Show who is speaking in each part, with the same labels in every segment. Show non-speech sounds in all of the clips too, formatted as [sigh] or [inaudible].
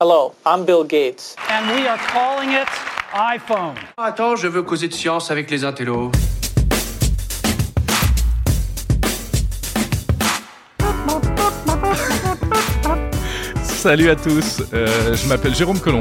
Speaker 1: Hello, I'm Bill Gates.
Speaker 2: And we are calling it iPhone.
Speaker 3: Attends, je veux causer de science avec les intellos.
Speaker 4: Salut à tous, euh, je m'appelle Jérôme Colomb.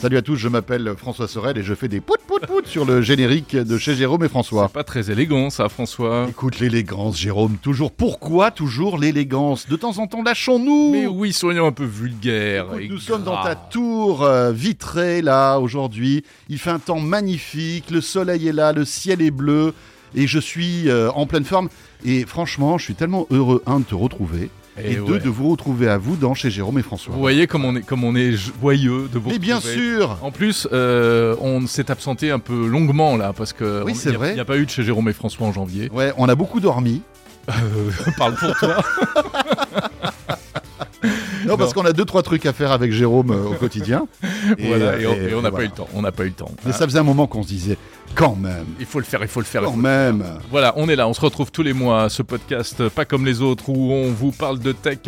Speaker 5: Salut à tous, je m'appelle François Sorel et je fais des pout pout pout sur le générique de chez Jérôme et François.
Speaker 4: Pas très élégant ça, François.
Speaker 5: Écoute l'élégance, Jérôme, toujours. Pourquoi toujours l'élégance De temps en temps, lâchons-nous
Speaker 4: Mais oui, soyons un peu vulgaires.
Speaker 5: Écoute,
Speaker 4: et
Speaker 5: Nous sommes dans ta
Speaker 4: gras.
Speaker 5: tour euh, vitrée là aujourd'hui. Il fait un temps magnifique, le soleil est là, le ciel est bleu et je suis euh, en pleine forme. Et franchement, je suis tellement heureux, un, de te retrouver
Speaker 4: Eh
Speaker 5: et, deux,
Speaker 4: ouais.
Speaker 5: de vous retrouver à vous dans chez Jérôme et
Speaker 4: Vous
Speaker 5: François.
Speaker 4: voyez comme on est, comme on est joyeux de vous
Speaker 5: Mais bien
Speaker 4: retrouver.
Speaker 5: sûr
Speaker 4: En plus, euh, on s'est absenté un peu longuement là, parce que
Speaker 5: Oui,
Speaker 4: on-
Speaker 5: c'est
Speaker 4: y a-
Speaker 5: vrai.
Speaker 4: y a pas eu de chez Jérôme et François en janvier.
Speaker 5: Ouais, on a beaucoup dormi. Euh, [laughs]
Speaker 4: Parle pour toi.
Speaker 5: Non, parce qu'on a deux trois trucs à faire avec Jérôme euh, au quotidien.
Speaker 4: [laughs] [laughs]
Speaker 5: euh,
Speaker 4: voilà, et, on- et on n'a
Speaker 5: voilà.
Speaker 4: pas eu le temps. On n'a pas eu le temps.
Speaker 5: Mais ça faisait un moment qu'on se disait quand même,
Speaker 4: Il faut le faire, il faut le faire. il
Speaker 5: quand
Speaker 4: faut le
Speaker 5: même.
Speaker 4: Voilà, on est là, on se retrouve tous les mois, ce podcast euh, pas comme les autres où on vous parle de tech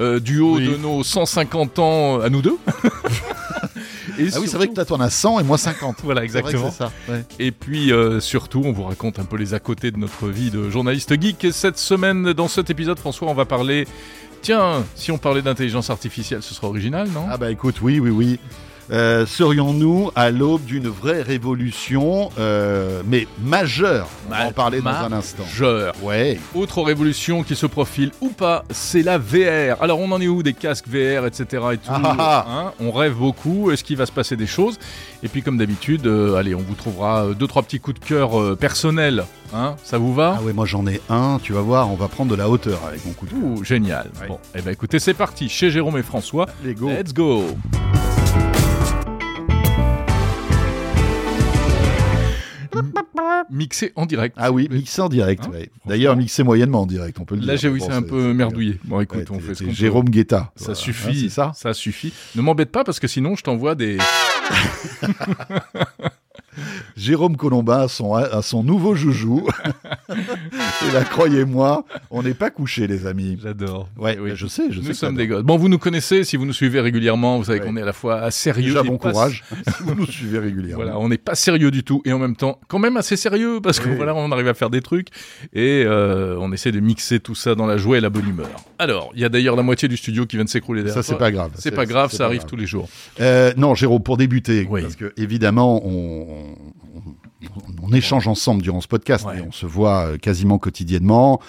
Speaker 4: euh, du haut
Speaker 5: Oui.
Speaker 4: de nos 150 ans euh, à
Speaker 5: [laughs]
Speaker 4: nous deux. Et
Speaker 5: Ah oui, c'est
Speaker 4: surtout-
Speaker 5: vrai que toi t'en as 100 et
Speaker 4: [laughs]
Speaker 5: moi 50.
Speaker 4: Voilà,
Speaker 5: C'est vrai que
Speaker 4: exactement.
Speaker 5: c'est ça. ouais.
Speaker 4: Et puis euh, surtout, on vous raconte un peu les à côté de notre vie de journaliste geek. Et cette semaine, dans cet épisode, François, on va parler. Tiens, si on parlait d'intelligence artificielle, ce serait original, non
Speaker 5: Ah bah écoute, oui, oui, oui. Euh, Serions-nous à l'aube d'une vraie révolution, euh, mais majeure On va en
Speaker 4: Mal-
Speaker 5: parler dans
Speaker 4: ma-
Speaker 5: un instant.
Speaker 4: Genre.
Speaker 5: Ouais.
Speaker 4: Autre révolution qui se profile ou pas, c'est la VR. Alors on en est où des casques VR, etc. et tout
Speaker 5: Ah, ah, ah.
Speaker 4: hein On rêve beaucoup. Est-ce qu'il va se passer des choses Et puis comme d'habitude, euh, allez, on vous trouvera euh, deux trois petits coups de cœur euh, personnels. hein Ça vous va
Speaker 5: Ah ouais, moi j'en ai un. Tu vas voir, on va prendre de la hauteur avec mon coup de.
Speaker 4: Ouh, génial.
Speaker 5: Ouais.
Speaker 4: Bon, eh ben écoutez, c'est parti. Chez Jérôme et François,
Speaker 5: Allez, go.
Speaker 4: let's go. M- Mixé en direct.
Speaker 5: Hum. Ah oui, mixé en direct.
Speaker 4: Hein
Speaker 5: ouais. D'ailleurs, mixé moyennement en direct, on peut le
Speaker 4: Là,
Speaker 5: dire. euh,
Speaker 4: j'ai oui,
Speaker 5: Bon,
Speaker 4: c'est un peu merdouillé. Bon, écoute,
Speaker 5: Ouais,
Speaker 4: on
Speaker 5: t'es-
Speaker 4: fait ce
Speaker 5: t'es
Speaker 4: qu'on peut.
Speaker 5: Jérôme Guetta.
Speaker 4: Ça
Speaker 5: Voilà, hein,
Speaker 4: suffit,
Speaker 5: c'est ça.
Speaker 4: ça suffit. Ne m'embête pas parce que sinon je t'envoie des.
Speaker 5: Jérôme Colombin a son, a son
Speaker 4: [laughs]
Speaker 5: nouveau joujou. Et là, croyez-moi, on n'est pas couché, les amis.
Speaker 4: J'adore.
Speaker 5: Ouais, je sais, je sais.
Speaker 4: Nous
Speaker 5: que
Speaker 4: sommes
Speaker 5: t'adores.
Speaker 4: des gosses. Bon, vous nous connaissez, si vous nous suivez régulièrement, vous savez
Speaker 5: Ouais.
Speaker 4: qu'on est à la fois à sérieux.
Speaker 5: Déjà,
Speaker 4: et
Speaker 5: bon
Speaker 4: pas- [laughs]
Speaker 5: courage. si vous nous suivez régulièrement.
Speaker 4: Voilà, on n'est pas sérieux du tout et en même temps quand même assez sérieux parce que
Speaker 5: Oui.
Speaker 4: voilà, on arrive à faire des trucs et euh, on essaie de mixer tout ça dans la joie et la bonne humeur. Alors, il y a d'ailleurs la moitié du studio qui vient de s'écrouler derrière.
Speaker 5: Ça, c'est
Speaker 4: toi.
Speaker 5: pas grave.
Speaker 4: C'est pas grave,
Speaker 5: c'est
Speaker 4: ça
Speaker 5: pas
Speaker 4: arrive
Speaker 5: grave.
Speaker 4: tous les jours.
Speaker 5: Euh, non, Jérôme, pour débuter,
Speaker 4: Oui.
Speaker 5: parce que évidemment, on, on- on- on échange ensemble durant ce podcast,
Speaker 4: Ouais.
Speaker 5: mais on se voit euh, quasiment quotidiennement,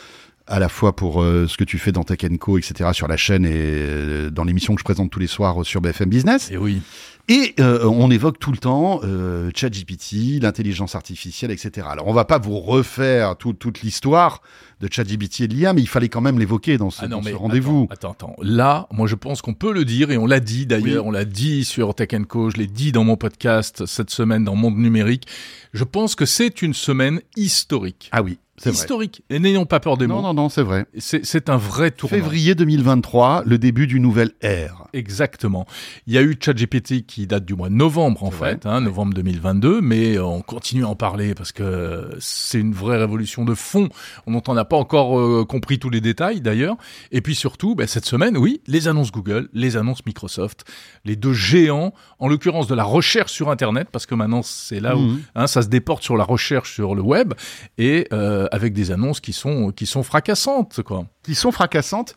Speaker 5: à la fois pour euh, ce que tu fais dans Tech Co, etc., sur la chaîne et euh, dans l'émission que je présente tous les soirs euh, sur BFM Business.
Speaker 4: Et oui.
Speaker 5: Et euh, on évoque tout le temps euh, ChatGPT, l'intelligence artificielle, etc. Alors on va pas vous refaire tout- toute l'histoire de ChatGPT et de l'IA, mais il fallait quand même l'évoquer dans ce,
Speaker 4: Ah non,
Speaker 5: dans ce
Speaker 4: mais
Speaker 5: rendez-vous.
Speaker 4: Attends, attends. Là, moi, je pense qu'on peut le dire et on l'a dit d'ailleurs.
Speaker 5: Oui.
Speaker 4: On l'a dit sur Tech Co. Je l'ai dit dans mon podcast cette semaine dans Monde Numérique. Je pense que c'est une semaine historique.
Speaker 5: Ah oui, c'est vrai.
Speaker 4: Historique. Et n'ayons pas peur des
Speaker 5: Non,
Speaker 4: mots.
Speaker 5: non, non, c'est vrai.
Speaker 4: C'est c'est un vrai tournant.
Speaker 5: Février 2023, le début du nouvel ère.
Speaker 4: Exactement. Il y a eu ChatGPT qui date du mois de novembre, en
Speaker 5: C'est vrai.
Speaker 4: fait, hein, novembre 2022, mais euh, on continue à en parler parce que euh, c'est une vraie révolution de fond on n'en a pas encore euh, compris tous les détails, d'ailleurs. Et puis surtout, bah, cette semaine, oui, les annonces Google, les annonces Microsoft, les deux géants, en l'occurrence de la recherche sur Internet, parce que maintenant, c'est là où
Speaker 5: Mhm.
Speaker 4: hein, ça se déporte sur la recherche sur le web, et euh, avec des annonces qui sont, qui sont fracassantes, quoi.
Speaker 5: Qui sont fracassantes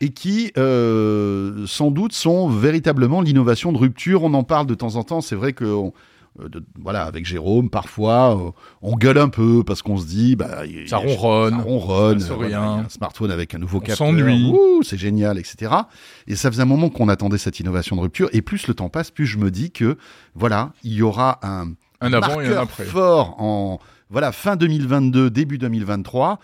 Speaker 5: et qui, euh, sans doute, sont véritablement l'innovation de rupture. On en parle de temps en temps. C'est vrai que. on- euh, de- voilà, avec Jérôme, parfois, euh, on gueule un peu parce qu'on se dit, bah, il-
Speaker 4: Ça
Speaker 5: il y a-
Speaker 4: ronronne.
Speaker 5: Ça ronronne.
Speaker 4: Ça sort
Speaker 5: Voilà,
Speaker 4: rien.
Speaker 5: il y a Un smartphone avec un nouveau
Speaker 4: On
Speaker 5: capteur.
Speaker 4: s'ennuie.
Speaker 5: Ouh, c'est génial, etc. Et ça faisait un moment qu'on attendait cette innovation de rupture. Et plus le temps passe, plus je me dis que, voilà, il y aura un,
Speaker 4: Un avant et un
Speaker 5: marqueur
Speaker 4: après.
Speaker 5: fort en, voilà, fin 2022, début 2023.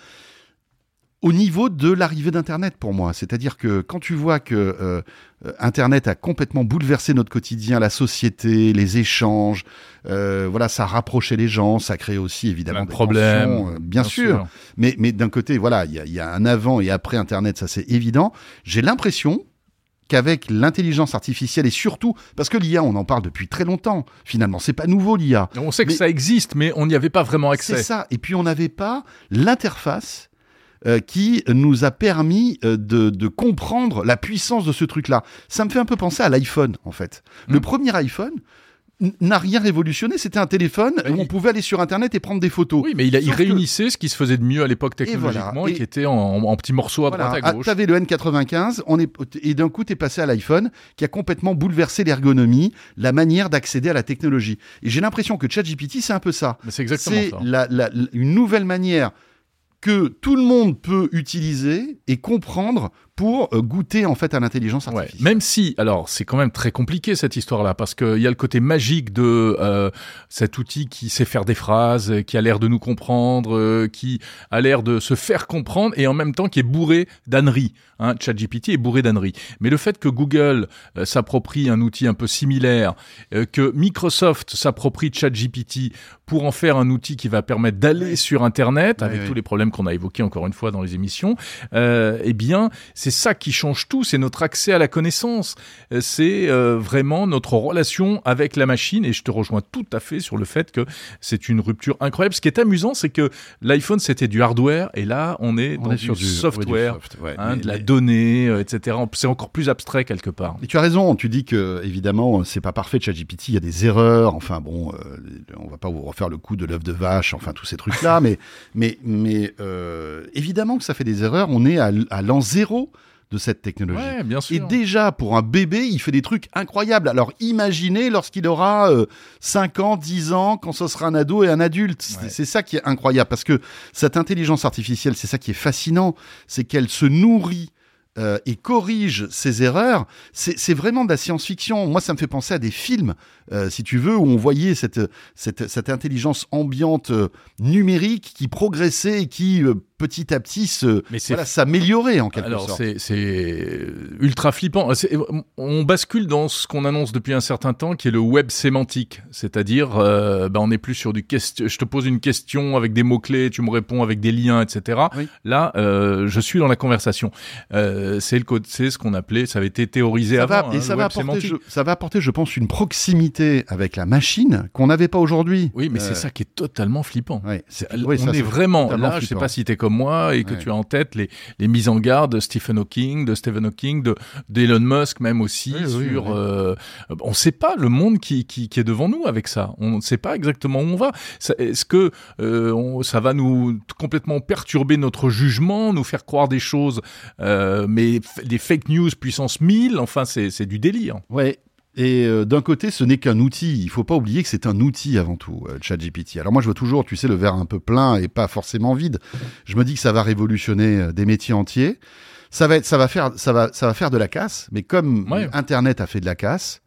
Speaker 5: Au niveau de l'arrivée d'Internet pour moi, c'est-à-dire que quand tu vois que euh, euh, Internet a complètement bouleversé notre quotidien, la société, les échanges, euh, voilà, ça a rapproché les gens, ça crée aussi évidemment
Speaker 4: Plein de
Speaker 5: des
Speaker 4: problèmes,
Speaker 5: tensions, euh, bien, sûr. Mais, mais d'un côté, voilà, il y a, il y a un avant et après Internet, ça c'est évident. J'ai l'impression qu'avec l'intelligence artificielle et surtout, parce que l'IA, on en parle depuis très longtemps, finalement, c'est pas nouveau l'IA.
Speaker 4: On sait que
Speaker 5: Mais-
Speaker 4: ça existe, mais on n'y avait pas vraiment accès.
Speaker 5: C'est ça. Et puis on n'avait pas l'interface euh, qui nous a permis euh, de, de comprendre la puissance de ce truc-là. Ça me fait un peu penser à l'iPhone, en fait. Le
Speaker 4: Mm.
Speaker 5: premier iPhone n- n'a rien révolutionné, c'était un téléphone
Speaker 4: Ben,
Speaker 5: où on
Speaker 4: il-
Speaker 5: pouvait aller sur Internet et prendre des photos.
Speaker 4: Oui, mais il, a- il
Speaker 5: Sauf que-
Speaker 4: réunissait ce qui se faisait de mieux à l'époque
Speaker 5: Et voilà.
Speaker 4: technologiquement et,
Speaker 5: Et-
Speaker 4: qui était en, en petits morceaux à
Speaker 5: Voilà,
Speaker 4: droite à
Speaker 5: ah,
Speaker 4: gauche.
Speaker 5: t'avais le N95, on est, et d'un coup t'es passé à l'iPhone, qui a complètement bouleversé l'ergonomie, la manière d'accéder à la technologie. Et j'ai l'impression que ChatGPT, c'est un peu ça.
Speaker 4: Mais C'est exactement
Speaker 5: C'est
Speaker 4: ça.
Speaker 5: la- la- la- une nouvelle manière que tout le monde peut utiliser et comprendre pour euh, goûter en fait à l'intelligence
Speaker 4: Ouais,
Speaker 5: artificielle.
Speaker 4: Même si, alors c'est quand même très compliqué cette histoire-là, parce qu'il y a le côté magique de euh, cet outil qui sait faire des phrases, euh, qui a l'air de nous comprendre, euh, qui a l'air de se faire comprendre, et en même temps qui est bourré d'âneries. Hein, ChatGPT est bourré d'âneries. Mais le fait que Google euh, s'approprie un outil un peu similaire, euh, que Microsoft s'approprie ChatGPT pour en faire un outil qui va permettre d'aller sur Internet,
Speaker 5: Ouais,
Speaker 4: avec
Speaker 5: ouais.
Speaker 4: tous les problèmes qu'on a évoqués encore une fois dans les émissions, euh, eh bien, c'est ça qui change tout, c'est notre accès à la connaissance, Euh, c'est euh, vraiment notre relation avec la machine. Et je te rejoins tout à fait sur le fait que c'est une rupture incroyable. Ce qui est amusant, c'est que l'iPhone c'était du hardware, et là on est dans du software,
Speaker 5: ouais, du soft, ouais.
Speaker 4: hein,
Speaker 5: Mais-
Speaker 4: de la
Speaker 5: mais-
Speaker 4: donnée, euh, etc. C'est encore plus abstrait quelque part.
Speaker 5: Et tu as raison, tu dis que évidemment c'est pas parfait ChatGPT, il y a des erreurs, enfin bon, euh, on va pas vous refaire le coup de l'œuf de vache, enfin tous ces trucs
Speaker 4: [laughs]
Speaker 5: là, mais mais mais euh, évidemment que ça fait des erreurs, on est à, l- à l'an zéro de cette technologie.
Speaker 4: Ouais, bien sûr.
Speaker 5: Et déjà, pour un bébé, il fait des trucs incroyables. Alors imaginez lorsqu'il aura euh, 5 ans, 10 ans, quand ce sera un ado et un adulte. C'est-
Speaker 4: Ouais.
Speaker 5: C'est ça qui est incroyable. Parce que cette intelligence artificielle, c'est ça qui est fascinant, c'est qu'elle se nourrit. euh, et corrige ses erreurs, c'est c'est vraiment de la science-fiction. Moi, ça me fait penser à des films, euh, si tu veux, où on voyait cette, cette, cette intelligence ambiante euh, numérique qui progressait et qui, euh, petit à petit, se-
Speaker 4: Mais c'est
Speaker 5: voilà, s'améliorait en quelque
Speaker 4: Alors
Speaker 5: sorte.
Speaker 4: c'est c'est ultra flippant. Euh, C'est- On bascule dans ce qu'on annonce depuis un certain temps, qui est le web sémantique, c'est-à-dire euh, bah, on n'est plus sur du question. Je te pose une question avec des mots clés, tu me réponds avec des liens, etc.
Speaker 5: Oui.
Speaker 4: Là, euh, je suis dans la conversation. Euh, c'est le code, c'est ce qu'on appelait, ça avait été théorisé
Speaker 5: Ça
Speaker 4: avant.
Speaker 5: va-
Speaker 4: hein,
Speaker 5: et
Speaker 4: le
Speaker 5: ça va,
Speaker 4: web
Speaker 5: apporter,
Speaker 4: sémantique.
Speaker 5: je, ça va apporter, je pense, une proximité avec la machine qu'on n'avait pas aujourd'hui.
Speaker 4: Oui, mais
Speaker 5: Euh,
Speaker 4: c'est ça qui est totalement flippant.
Speaker 5: ouais, c'est-
Speaker 4: L-
Speaker 5: ouais,
Speaker 4: on
Speaker 5: ça,
Speaker 4: est
Speaker 5: c'est-
Speaker 4: vraiment
Speaker 5: totalement
Speaker 4: là. Je sais
Speaker 5: flippant.
Speaker 4: pas si t'es comme moi et que
Speaker 5: Ouais.
Speaker 4: tu as en tête les, les mises en garde de Stephen Hawking, de Stephen Hawking, de d'Elon Musk même aussi
Speaker 5: Oui, oui,
Speaker 4: sur.
Speaker 5: oui.
Speaker 4: euh, on sait pas le monde qui, qui qui est devant nous avec ça. On ne sait pas exactement où on va. Ça- Est-ce que euh, on- ça va nous t- complètement perturber notre jugement, nous faire croire des choses, euh, mais f- des fake news puissance 1000 Enfin, c'est c'est du délire.
Speaker 5: Ouais. Et euh, d'un côté, ce n'est qu'un outil. Il faut pas oublier que c'est un outil avant tout, euh, ChatGPT. Alors moi, je vois toujours, tu sais, le verre un peu plein et pas forcément vide. Je me dis que ça va révolutionner euh, des métiers entiers. Ça va, être, ça va faire, ça va, ça va faire de la casse. Mais comme
Speaker 4: Ouais.
Speaker 5: Internet a fait de la casse,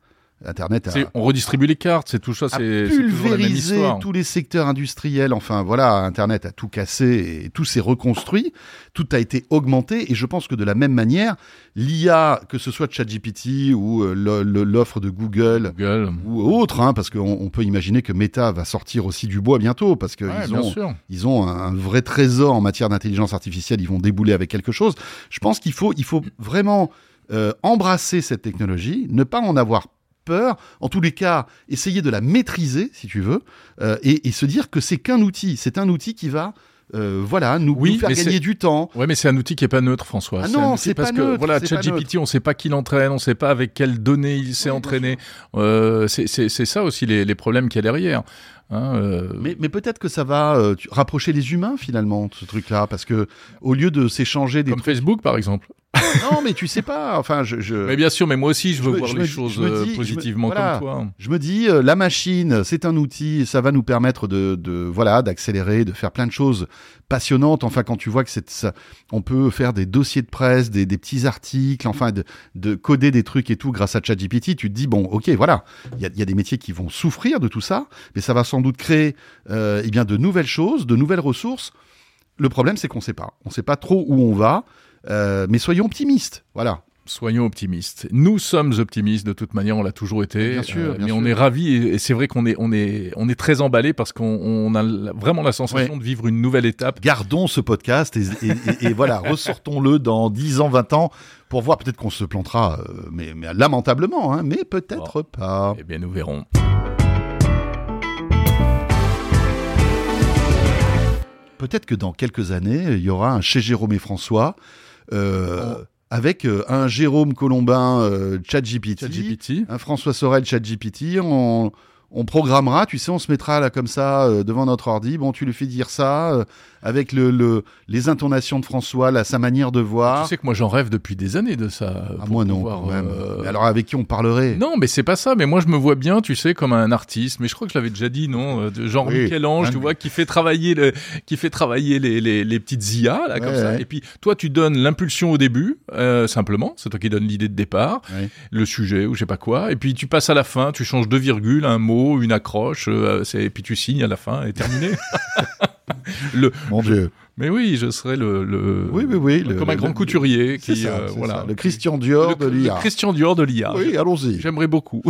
Speaker 5: Internet a,
Speaker 4: C'est- On redistribue les cartes, c'est tout ça.
Speaker 5: à
Speaker 4: C'est c'est toujours la même
Speaker 5: pulvériser
Speaker 4: histoire.
Speaker 5: tous les secteurs industriels. Enfin, voilà, Internet a tout cassé et tout s'est reconstruit. Tout a été augmenté. Et je pense que de la même manière, l'IA, que ce soit ChatGPT ou euh, le- le- l'offre de Google
Speaker 4: Google.
Speaker 5: ou autre, hein, parce qu'on on peut imaginer que Meta va sortir aussi du bois bientôt, parce qu'ils
Speaker 4: Ouais, bien
Speaker 5: ont,
Speaker 4: sûr.
Speaker 5: ils ont un vrai trésor en matière d'intelligence artificielle, ils vont débouler avec quelque chose. Je pense qu'il faut, il faut vraiment euh, embrasser cette technologie, ne pas en avoir peur, en tous les cas, essayer de la maîtriser, si tu veux, euh, et, et se dire que c'est qu'un outil, c'est un outil qui va euh, voilà, nous,
Speaker 4: Oui,
Speaker 5: nous faire
Speaker 4: mais c'est-
Speaker 5: gagner du temps.
Speaker 4: Ouais, mais c'est un outil qui est pas neutre, François.
Speaker 5: Ah
Speaker 4: un
Speaker 5: non,
Speaker 4: outil
Speaker 5: c'est
Speaker 4: parce
Speaker 5: pas
Speaker 4: que
Speaker 5: neutre,
Speaker 4: voilà,
Speaker 5: c'est pas
Speaker 4: ChatGPT, on sait pas qui l'entraîne, on sait pas avec quelles données il s'est
Speaker 5: Oui, bien
Speaker 4: entraîné. Euh, c'est- c'est c'est ça aussi les, les problèmes qu'il y a derrière. Hein, euh,
Speaker 5: Mais, mais peut-être que ça va euh, tu- rapprocher les humains finalement, ce truc-là, parce que au lieu de s'échanger des
Speaker 4: comme Facebook, par exemple.
Speaker 5: [laughs] non, mais tu sais pas, enfin, je, je...
Speaker 4: Mais bien sûr, mais moi aussi, je veux
Speaker 5: me-
Speaker 4: voir
Speaker 5: Euh, je
Speaker 4: les
Speaker 5: me-
Speaker 4: choses
Speaker 5: je me
Speaker 4: euh,
Speaker 5: dis- je me-
Speaker 4: positivement
Speaker 5: voilà.
Speaker 4: comme toi. hein.
Speaker 5: Je me dis, euh, la machine, c'est un outil, ça va nous permettre de, de- voilà, d'accélérer, de faire plein de choses passionnantes. Enfin, quand tu vois que c'est ça, on peut faire des dossiers de presse, des, des petits articles, enfin, de, de coder des trucs et tout grâce à ChatGPT, tu te dis, bon, ok, voilà, il y a, il y a des métiers qui vont souffrir de tout ça, mais ça va sans doute créer, euh, eh bien, de nouvelles choses, de nouvelles ressources. Le problème, c'est qu'on ne sait pas. On ne sait pas trop où on va, euh, mais soyons optimistes. Voilà.
Speaker 4: Soyons optimistes. Nous sommes optimistes de toute manière, on l'a toujours été. euh,
Speaker 5: Bien sûr, bien
Speaker 4: mais on
Speaker 5: sûr.
Speaker 4: est ravis et, et c'est vrai qu'on est on est on est très emballé parce qu'on on a la- vraiment la sensation de vivre une nouvelle étape.
Speaker 5: gardons ce podcast et, et- et- et voilà, ressortons-le dans 10 ans, 20 ans pour voir peut-être qu'on se plantera, euh, mais, mais lamentablement, hein, mais peut-être pas.
Speaker 4: Eh bien, nous verrons.
Speaker 5: Peut-être que dans quelques années, il y aura un chez Jérôme et François. euh, Avec euh, un Jérôme Colombin euh, ChatGPT,
Speaker 4: ChatGPT.
Speaker 5: un François Sorel ChatGPT, on, on programmera, tu sais, on se mettra là comme ça euh, devant notre ordi. Bon, tu lui fais dire ça euh, avec le, le- les intonations de François, là, sa manière de voir.
Speaker 4: Tu sais que moi j'en rêve depuis des années de ça.
Speaker 5: Ah,
Speaker 4: pour
Speaker 5: moi non,
Speaker 4: pouvoir,
Speaker 5: quand même.
Speaker 4: euh,
Speaker 5: Mais Alors avec qui on parlerait
Speaker 4: Non, mais c'est pas ça. Mais moi, je me vois bien, tu sais, comme un artiste. Mais je crois que je l'avais déjà dit, non euh, de Genre
Speaker 5: Oui.
Speaker 4: Michel-Ange,
Speaker 5: Un-
Speaker 4: tu vois, qui fait travailler, le, qui fait travailler les, les, les petites IA, là, comme
Speaker 5: Ouais,
Speaker 4: ça.
Speaker 5: ouais.
Speaker 4: Et puis, toi, tu donnes l'impulsion au début, euh, simplement. C'est toi qui donne l'idée de départ,
Speaker 5: Ouais.
Speaker 4: le sujet ou je sais pas quoi. Et puis, tu passes à la fin, tu changes deux virgules, un mot, une accroche, euh, c'est- et puis tu signes à la fin et
Speaker 5: [laughs]
Speaker 4: terminé. le,
Speaker 5: Mon Dieu.
Speaker 4: mais oui, je serais le, le
Speaker 5: Oui, oui, oui. le-
Speaker 4: comme un
Speaker 5: le-
Speaker 4: grand
Speaker 5: le-
Speaker 4: couturier
Speaker 5: C'est
Speaker 4: qui,
Speaker 5: ça,
Speaker 4: euh,
Speaker 5: c'est
Speaker 4: voilà.
Speaker 5: ça, Le Christian Dior
Speaker 4: Le-
Speaker 5: de
Speaker 4: le
Speaker 5: l'IA.
Speaker 4: Christian Dior de l'IA.
Speaker 5: Oui, allons-y.
Speaker 4: J'aimerais beaucoup.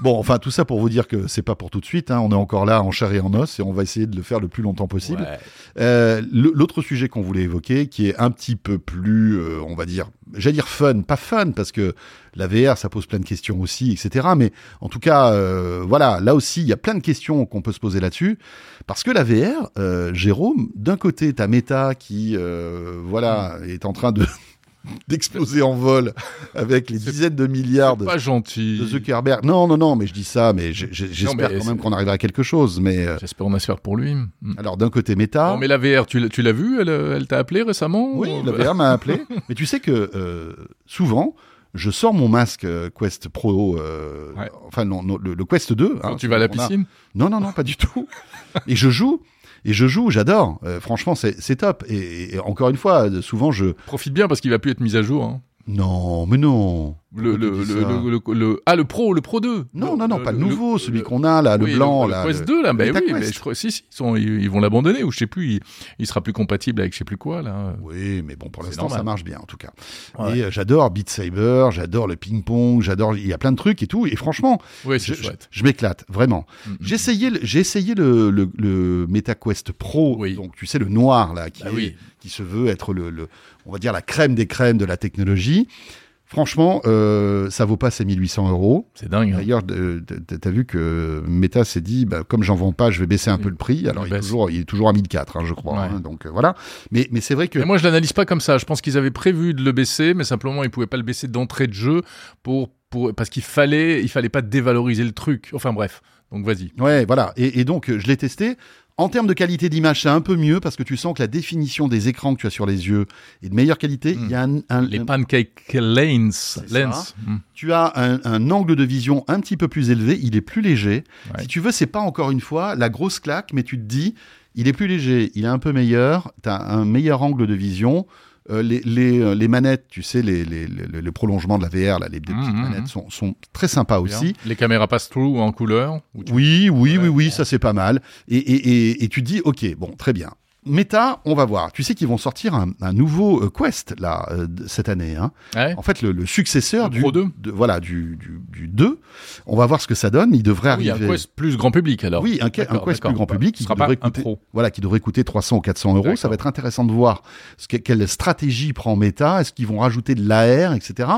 Speaker 5: Bon, enfin, tout ça pour vous dire que c'est pas pour tout de suite. hein. On est encore là en chair et en os et on va essayer de le faire le plus longtemps possible.
Speaker 4: Ouais.
Speaker 5: Euh, le- L'autre sujet qu'on voulait évoquer, qui est un petit peu plus, euh, on va dire, j'allais dire fun, pas fun, parce que la VR, ça pose plein de questions aussi, etc. Mais en tout cas, euh, voilà, là aussi, il y a plein de questions qu'on peut se poser là-dessus. Parce que la VR, euh, Jérôme, d'un côté, t'as Meta qui, euh, voilà,
Speaker 4: Mm.
Speaker 5: est en train de [laughs] d'exploser en vol avec les
Speaker 4: C'est-
Speaker 5: dizaines de milliards de,
Speaker 4: Pas gentil.
Speaker 5: de Zuckerberg. Non, non, non, mais je dis ça, mais j- j- j'espère
Speaker 4: mais
Speaker 5: quand
Speaker 4: c'est-
Speaker 5: même qu'on arrivera à quelque chose. Mais euh,
Speaker 4: J'espère qu'on a se faire pour lui. Mm.
Speaker 5: alors, d'un côté, Meta.
Speaker 4: Non, mais la VR, tu l'as- tu l'as vu Elle, euh, elle t'a appelé récemment
Speaker 5: Ah. Oui,
Speaker 4: Ou- Bah,
Speaker 5: la VR m'a appelé.
Speaker 4: [laughs]
Speaker 5: Mais tu sais que euh, souvent, je sors mon masque euh, Quest Pro, euh,
Speaker 4: Ouais.
Speaker 5: enfin non, non, le, le Quest 2.
Speaker 4: Quand
Speaker 5: hein,
Speaker 4: tu vas à la
Speaker 5: qu'on a.
Speaker 4: piscine
Speaker 5: Non, non, non, pas
Speaker 4: [laughs]
Speaker 5: du tout. et je joue. Et je joue, j'adore. Euh, franchement, c'est c'est top. Et, et- et encore une fois, euh, souvent je.
Speaker 4: Profite bien parce qu'il va plus être mis à jour. hein.
Speaker 5: Non, mais non.
Speaker 4: Le,
Speaker 5: Pourquoi
Speaker 4: le,
Speaker 5: tu dis
Speaker 4: le,
Speaker 5: ça
Speaker 4: le- le- le- ah, le Pro, le Pro 2
Speaker 5: Non, non, non, pas le nouveau, celui qu'on a là, le
Speaker 4: oui,
Speaker 5: blanc
Speaker 4: le,
Speaker 5: là.
Speaker 4: Quest
Speaker 5: le-
Speaker 4: 2, là, bah
Speaker 5: Meta
Speaker 4: oui,
Speaker 5: Quest.
Speaker 4: mais je crois, si, si, ils, sont- ils- ils vont l'abandonner, ou je sais plus, il, il sera plus compatible avec je sais plus quoi, là.
Speaker 5: Oui, mais bon, pour
Speaker 4: C'est
Speaker 5: l'instant,
Speaker 4: normal.
Speaker 5: ça marche bien, en tout cas.
Speaker 4: Ouais.
Speaker 5: Et euh, j'adore Beat Saber, j'adore le ping-pong, j'adore, il y a plein de trucs et tout. Et franchement,
Speaker 4: Ouais, c'est
Speaker 5: je, je-
Speaker 4: chouette.
Speaker 5: je m'éclate, vraiment.
Speaker 4: Mm,
Speaker 5: J'ai essayé, le- j'ai essayé le, le, le MetaQuest Pro,
Speaker 4: Oui.
Speaker 5: donc tu sais, le noir, là, qui,
Speaker 4: Bah
Speaker 5: est-
Speaker 4: oui.
Speaker 5: qui se veut être, le, le- on va dire, la crème des crèmes de la technologie. Franchement, euh, ça vaut pas ces 1800 euros.
Speaker 4: C'est dingue. hein.
Speaker 5: D'ailleurs, euh, t'as t'as vu que Meta s'est dit, bah, comme j'en vends pas, je vais baisser un
Speaker 4: Oui.
Speaker 5: peu le prix.
Speaker 4: Il
Speaker 5: Alors, il, est
Speaker 4: Mm. baisse.
Speaker 5: toujours, il est toujours à 1004, hein, je crois.
Speaker 4: Ouais.
Speaker 5: hein. donc, euh, voilà. Mais, mais c'est vrai que...
Speaker 4: Mais moi, je l'analyse pas comme ça. Je pense qu'ils avaient prévu de le baisser, mais simplement, ils pouvaient pas le baisser d'entrée de jeu pour, pour, parce qu'il fallait, il fallait pas dévaloriser le truc. Enfin, bref. Donc, vas-y.
Speaker 5: Ouais, voilà. Et, et donc, euh, je l'ai testé. En termes de qualité d'image, c'est un peu mieux parce que tu sens que la définition des écrans que tu as sur les yeux est de meilleure qualité.
Speaker 4: Mm.
Speaker 5: Il y a un, un-
Speaker 4: Les
Speaker 5: un-
Speaker 4: pancake lens.
Speaker 5: Euh, C'est
Speaker 4: Lens. Mm.
Speaker 5: tu as un, un angle de vision un petit peu plus élevé. Il est plus léger.
Speaker 4: Ouais.
Speaker 5: Si tu veux, c'est pas encore une fois la grosse claque, mais tu te dis, il est plus léger, il est un peu meilleur. Tu as un meilleur angle de vision. Euh, les, les, euh, les manettes, tu sais, les, les, les- le prolongement de la VR, là, les petites
Speaker 4: Mm, mm, mm.
Speaker 5: manettes sont, sont très sympas aussi.
Speaker 4: Bien. Les caméras pass-through en couleur. ou tu-
Speaker 5: Oui, oui, oui,
Speaker 4: Ouais,
Speaker 5: oui,
Speaker 4: ouais.
Speaker 5: ça c'est pas mal. Et, et, et, et tu te dis, ok, bon, très bien. Meta, on va voir. Tu sais qu'ils vont sortir un, un nouveau euh, Quest là euh, d- cette année. Hein.
Speaker 4: Ouais.
Speaker 5: En fait, le, le successeur
Speaker 4: Le
Speaker 5: du
Speaker 4: Pro 2.
Speaker 5: de- voilà du, du, du 2. On va voir ce que ça donne. Il devrait
Speaker 4: Oui, un
Speaker 5: arriver.
Speaker 4: Quest plus grand public alors.
Speaker 5: Oui, un, que- un
Speaker 4: D'accord,
Speaker 5: Quest
Speaker 4: d'accord.
Speaker 5: plus grand public
Speaker 4: Ce
Speaker 5: qui
Speaker 4: sera pas
Speaker 5: devrait
Speaker 4: un
Speaker 5: coûter,
Speaker 4: pro.
Speaker 5: voilà, qui devrait coûter 300 ou 400 euros. Ça
Speaker 4: D'accord.
Speaker 5: va être intéressant de voir ce que- quelle stratégie prend Meta. Est-ce qu'ils vont rajouter de l'AR, etc.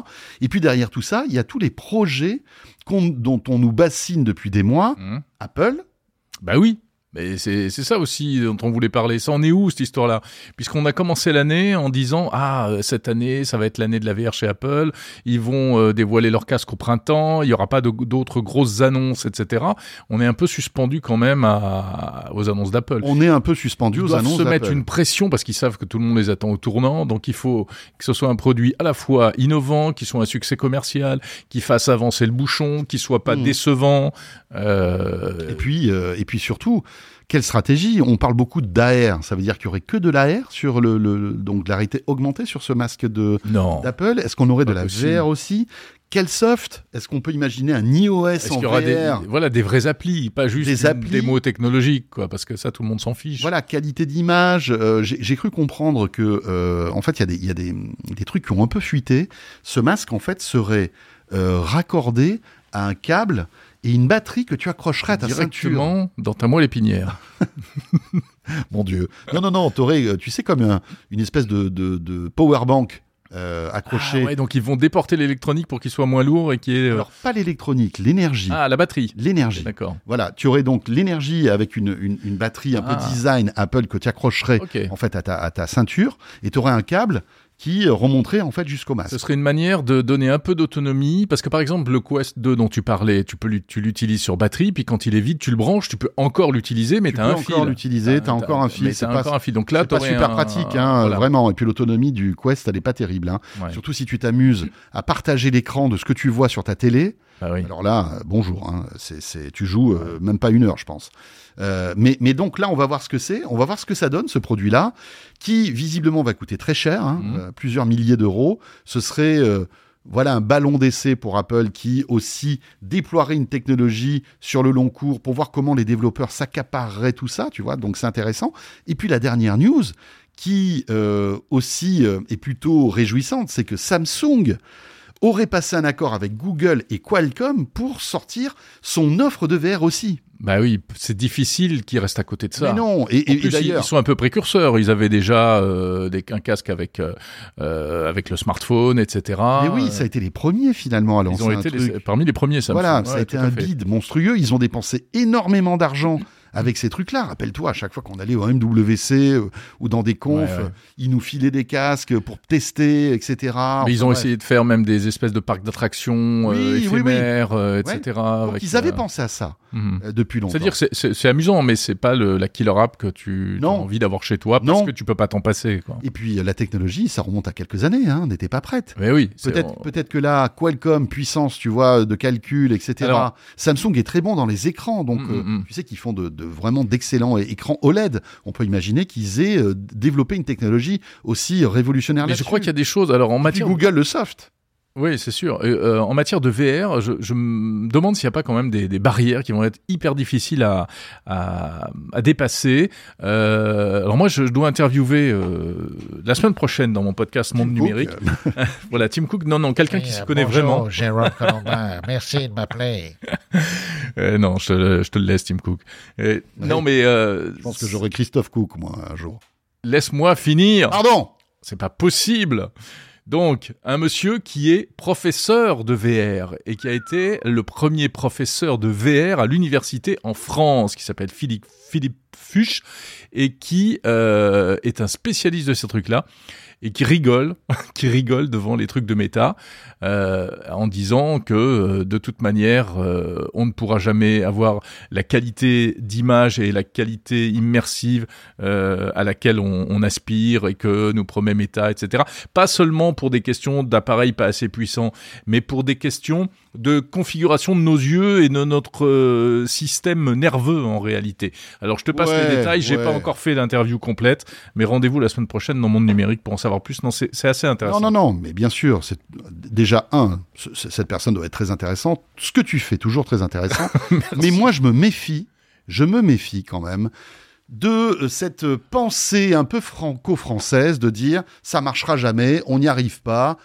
Speaker 5: Et puis derrière tout ça, il y a tous les projets qu'on- dont on nous bassine depuis des mois.
Speaker 4: Hum.
Speaker 5: Apple,
Speaker 4: Bah oui. Mais c'est c'est ça aussi dont on voulait parler. Ça en est où cette histoire-là Puisqu'on a commencé l'année en disant ah euh, cette année ça va être l'année de la VR chez Apple. Ils vont euh, dévoiler leur casque au printemps. Il n'y aura pas de- d'autres grosses annonces, etc. On est un peu suspendu quand même à- aux annonces d'Apple.
Speaker 5: on est un peu suspendu
Speaker 4: Ils
Speaker 5: aux
Speaker 4: doivent
Speaker 5: annonces
Speaker 4: se mettre
Speaker 5: d'Apple.
Speaker 4: une pression parce qu'ils savent que tout le monde les attend au tournant. Donc il faut que ce soit un produit à la fois innovant, qui soit un succès commercial, qui fasse avancer le bouchon, qui soit pas
Speaker 5: Mmh.
Speaker 4: décevant. Euh,
Speaker 5: Et puis, euh, et puis surtout, quelle stratégie On parle beaucoup d'AR. Ça veut dire qu'il y aurait que de l'AR sur le, le- donc de la réalité augmentée sur ce masque de
Speaker 4: non.
Speaker 5: d'Apple. Est-ce qu'on aurait de
Speaker 4: Pas
Speaker 5: la
Speaker 4: possible.
Speaker 5: VR aussi Quel soft Est-ce qu'on peut imaginer un iOS
Speaker 4: Est-ce
Speaker 5: en
Speaker 4: qu'il y aura des,
Speaker 5: VR
Speaker 4: voilà, des vraies applis, pas juste
Speaker 5: Des
Speaker 4: des
Speaker 5: applis.
Speaker 4: démo technologique, quoi, parce que ça, tout le monde s'en fiche.
Speaker 5: Voilà, qualité d'image. euh, J'ai j'ai cru comprendre que, euh, en fait, il y a, des, il y a des, des trucs qui ont un peu fuité. Ce masque, en fait, serait euh, raccordé à un câble et une batterie que tu accrocherais à ta ceinture.
Speaker 4: Directement dans ta moelle épinière.
Speaker 5: Mon Dieu. Non, non, non, t'aurais, euh, tu sais, comme un- une espèce de, de, de power bank. euh,
Speaker 4: Ah
Speaker 5: accrochés.
Speaker 4: ouais, donc ils vont déporter l'électronique pour qu'il soit moins lourd et qu'il y ait. euh,
Speaker 5: Alors, pas l'électronique, l'énergie.
Speaker 4: Ah, la batterie.
Speaker 5: L'énergie.
Speaker 4: D'accord.
Speaker 5: Voilà, tu aurais donc l'énergie avec une, une, une batterie un
Speaker 4: Ah.
Speaker 5: peu design Apple que tu accrocherais
Speaker 4: Ok.
Speaker 5: en fait à ta, à ta ceinture et tu aurais un câble qui remonterait en fait jusqu'au masque.
Speaker 4: Ce serait une manière de donner un peu d'autonomie, parce que par exemple, le Quest 2 dont tu parlais, tu peux l'ut- tu l'utilises sur batterie, puis quand il est vide, tu le branches, tu peux encore l'utiliser, mais
Speaker 5: tu
Speaker 4: t'as
Speaker 5: peux
Speaker 4: un fil. Ah,
Speaker 5: encore l'utiliser, tu as
Speaker 4: T'as-
Speaker 5: encore un
Speaker 4: mais
Speaker 5: fil,
Speaker 4: t'as
Speaker 5: c'est pas,
Speaker 4: encore un fil. Donc là,
Speaker 5: c'est pas
Speaker 4: t'aurais
Speaker 5: super
Speaker 4: un-
Speaker 5: pratique, hein,
Speaker 4: voilà.
Speaker 5: vraiment. Et puis l'autonomie du Quest, elle n'est pas terrible. hein.
Speaker 4: Ouais.
Speaker 5: Surtout si tu t'amuses à partager l'écran de ce que tu vois sur ta télé,
Speaker 4: Bah oui.
Speaker 5: Alors là, euh, bonjour, hein, c'est- c'est- tu joues euh, même pas une heure, je pense. Euh, mais, mais donc là, on va voir ce que c'est, on va voir ce que ça donne, ce produit-là, qui visiblement va coûter très cher, hein,
Speaker 4: Mhm.
Speaker 5: euh, plusieurs milliers d'euros. Ce serait euh, voilà un ballon d'essai pour Apple qui aussi déploierait une technologie sur le long cours pour voir comment les développeurs s'accapareraient tout ça, tu vois, donc c'est intéressant. Et puis la dernière news qui euh, aussi euh, est plutôt réjouissante, c'est que Samsung aurait passé un accord avec Google et Qualcomm pour sortir son offre de VR aussi.
Speaker 4: Bah oui, p- c'est difficile qu'ils restent à côté de ça.
Speaker 5: Mais non, et,
Speaker 4: En
Speaker 5: et- et
Speaker 4: plus, ils- ils
Speaker 5: d'ailleurs,
Speaker 4: sont un peu précurseurs. Ils avaient déjà euh, des, un casque avec euh, euh, avec le smartphone, etc.
Speaker 5: mais oui, ça a été les premiers finalement à lancer
Speaker 4: euh, Ils ont
Speaker 5: un
Speaker 4: été les-
Speaker 5: truc.
Speaker 4: parmi les premiers. Samsung.
Speaker 5: Voilà,
Speaker 4: Ouais,
Speaker 5: ça a été
Speaker 4: tout à
Speaker 5: un
Speaker 4: fait.
Speaker 5: bid monstrueux. Ils ont dépensé énormément d'argent avec ces trucs-là. Rappelle-toi, à chaque fois qu'on allait au MWC euh, ou dans des confs,
Speaker 4: Ouais, ouais.
Speaker 5: euh, ils nous filaient des casques pour tester, etc.
Speaker 4: Mais ils ont
Speaker 5: Enfin,
Speaker 4: essayé de faire même des espèces de parcs d'attractions euh,
Speaker 5: Oui, oui, oui.
Speaker 4: éphémères, euh,
Speaker 5: Ouais.
Speaker 4: etc.
Speaker 5: bref. Donc,
Speaker 4: avec,
Speaker 5: ils avaient
Speaker 4: euh,
Speaker 5: pensé à ça
Speaker 4: mhm.
Speaker 5: euh, depuis longtemps.
Speaker 4: C'est-à-dire, c'est- c'est c'est amusant, mais c'est pas le, la killer app que tu as
Speaker 5: Non.
Speaker 4: envie d'avoir chez toi parce
Speaker 5: Non.
Speaker 4: que tu peux pas t'en passer. Quoi.
Speaker 5: Et puis euh, la technologie, ça remonte à quelques années, hein, n'était pas prête.
Speaker 4: Mais oui, c'est-
Speaker 5: Peut-être
Speaker 4: on-
Speaker 5: peut-être que là, Qualcomm, puissance, tu vois, de calcul, etc.
Speaker 4: Alors-
Speaker 5: Samsung est très bon dans les écrans, donc
Speaker 4: Mm,
Speaker 5: euh,
Speaker 4: mm, mm.
Speaker 5: tu sais qu'ils font de, de- vraiment d'excellents é- écrans OLED. On peut imaginer qu'ils aient euh, développé une technologie aussi révolutionnaire.
Speaker 4: Mais je
Speaker 5: là-dessus.
Speaker 4: crois qu'il y a des choses. Alors en
Speaker 5: Puis
Speaker 4: matière,
Speaker 5: Google le soft.
Speaker 4: oui, c'est sûr. Euh, euh, en matière de VR, je, je me demande s'il n'y a pas quand même des, des barrières qui vont être hyper difficiles à à, à dépasser. Euh, alors moi, je dois interviewer euh, la semaine prochaine dans mon podcast Monde
Speaker 5: Tim Cook,
Speaker 4: numérique.
Speaker 5: euh,
Speaker 4: Voilà, Tim Cook. Non, non, quelqu'un qui
Speaker 1: Oui,
Speaker 4: se
Speaker 1: euh,
Speaker 4: connaît
Speaker 1: bonjour,
Speaker 4: vraiment.
Speaker 1: Jérôme Colombin, merci de m'appeler.
Speaker 4: Euh, non, je, te- je te le laisse, Tim Cook. Euh,
Speaker 5: Oui.
Speaker 4: Non, mais euh,
Speaker 5: je pense que j'aurai Christophe Cook moi un jour.
Speaker 4: laisse-moi finir.
Speaker 5: Pardon.
Speaker 4: C'est pas possible. Donc, un monsieur qui est professeur de VR et qui a été le premier professeur de VR à l'université en France, qui s'appelle Philippe, Philippe Fuchs et qui euh, est un spécialiste de ces trucs-là et qui rigole, [laughs] qui rigole devant les trucs de méta euh, en disant que euh, de toute manière, euh, on ne pourra jamais avoir la qualité d'image et la qualité immersive euh, à laquelle on, on aspire et que nous promet Meta, etc. Pas seulement pour des questions d'appareils pas assez puissants, mais pour des questions de configuration de nos yeux et de notre euh, système nerveux en réalité. Alors je te passe
Speaker 5: Ouais,
Speaker 4: les détails, j'ai
Speaker 5: ouais.
Speaker 4: pas encore fait l'interview complète, mais rendez-vous la semaine prochaine dans Monde Numérique pour en savoir plus. Non, c'est c'est assez
Speaker 5: Non
Speaker 4: intéressant.
Speaker 5: non non, mais bien sûr, c'est déjà un. ce- ce- Cette personne doit être très intéressante. Ce que tu fais toujours très intéressant.
Speaker 4: [laughs]
Speaker 5: Mais moi, je me méfie, je me méfie quand même de euh, cette euh, pensée un peu franco-française de dire ça marchera jamais, on n'y arrive pas.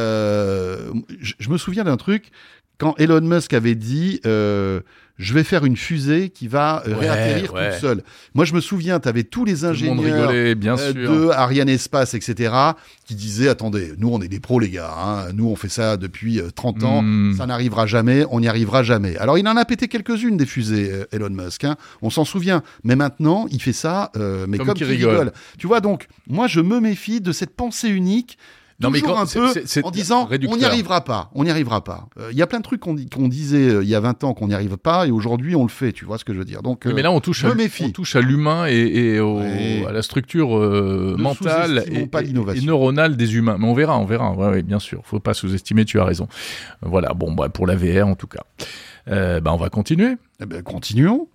Speaker 5: Euh, je, je me souviens d'un truc quand Elon Musk avait dit euh, je vais faire une fusée qui va euh,
Speaker 4: Ouais,
Speaker 5: réatterrir
Speaker 4: ouais.
Speaker 5: toute seule. Moi, je me souviens, tu avais tous les
Speaker 4: Tout le monde
Speaker 5: ingénieurs
Speaker 4: rigolait, bien
Speaker 5: euh,
Speaker 4: sûr.
Speaker 5: de Ariane Espace, etc., qui disaient attendez, nous on est des pros les gars, hein. nous on fait ça depuis euh, 30 ans,
Speaker 4: Mm.
Speaker 5: ça n'arrivera jamais, on n'y arrivera jamais. Alors il en a pété quelques-unes des fusées, euh, Elon Musk, hein. on s'en souvient, mais maintenant il fait ça, euh, mais
Speaker 4: Comme
Speaker 5: comme,
Speaker 4: qui
Speaker 5: qui
Speaker 4: rigole.
Speaker 5: rigole. Tu vois donc, moi je me méfie de cette pensée unique.
Speaker 4: Non, mais
Speaker 5: toujours
Speaker 4: quand-
Speaker 5: un
Speaker 4: c'est-
Speaker 5: peu
Speaker 4: c'est- c'est
Speaker 5: en disant on n'y
Speaker 4: réducteur.
Speaker 5: arrivera pas, on n'y arrivera pas. Euh, Il y a plein de trucs qu'on dit- qu'on disait euh, il y a 20 ans qu'on n'y arrive pas et aujourd'hui on le fait, tu vois ce que je veux dire. Donc
Speaker 4: Oui, mais
Speaker 5: euh,
Speaker 4: là, on touche,
Speaker 5: je
Speaker 4: à,
Speaker 5: me méfie.
Speaker 4: on touche à l'humain et, et au-
Speaker 5: Ouais.
Speaker 4: à la structure euh,
Speaker 5: Ne
Speaker 4: mentale
Speaker 5: sous-estimons
Speaker 4: et,
Speaker 5: pas
Speaker 4: et-
Speaker 5: l'innovation.
Speaker 4: et neuronale des humains. Mais on verra, on verra. Ouais, ouais, bien sûr, faut pas sous-estimer. Tu as raison. Voilà. Bon, bah, pour la VR en tout cas. Euh, bah, on va continuer.
Speaker 5: eh ben, continuons.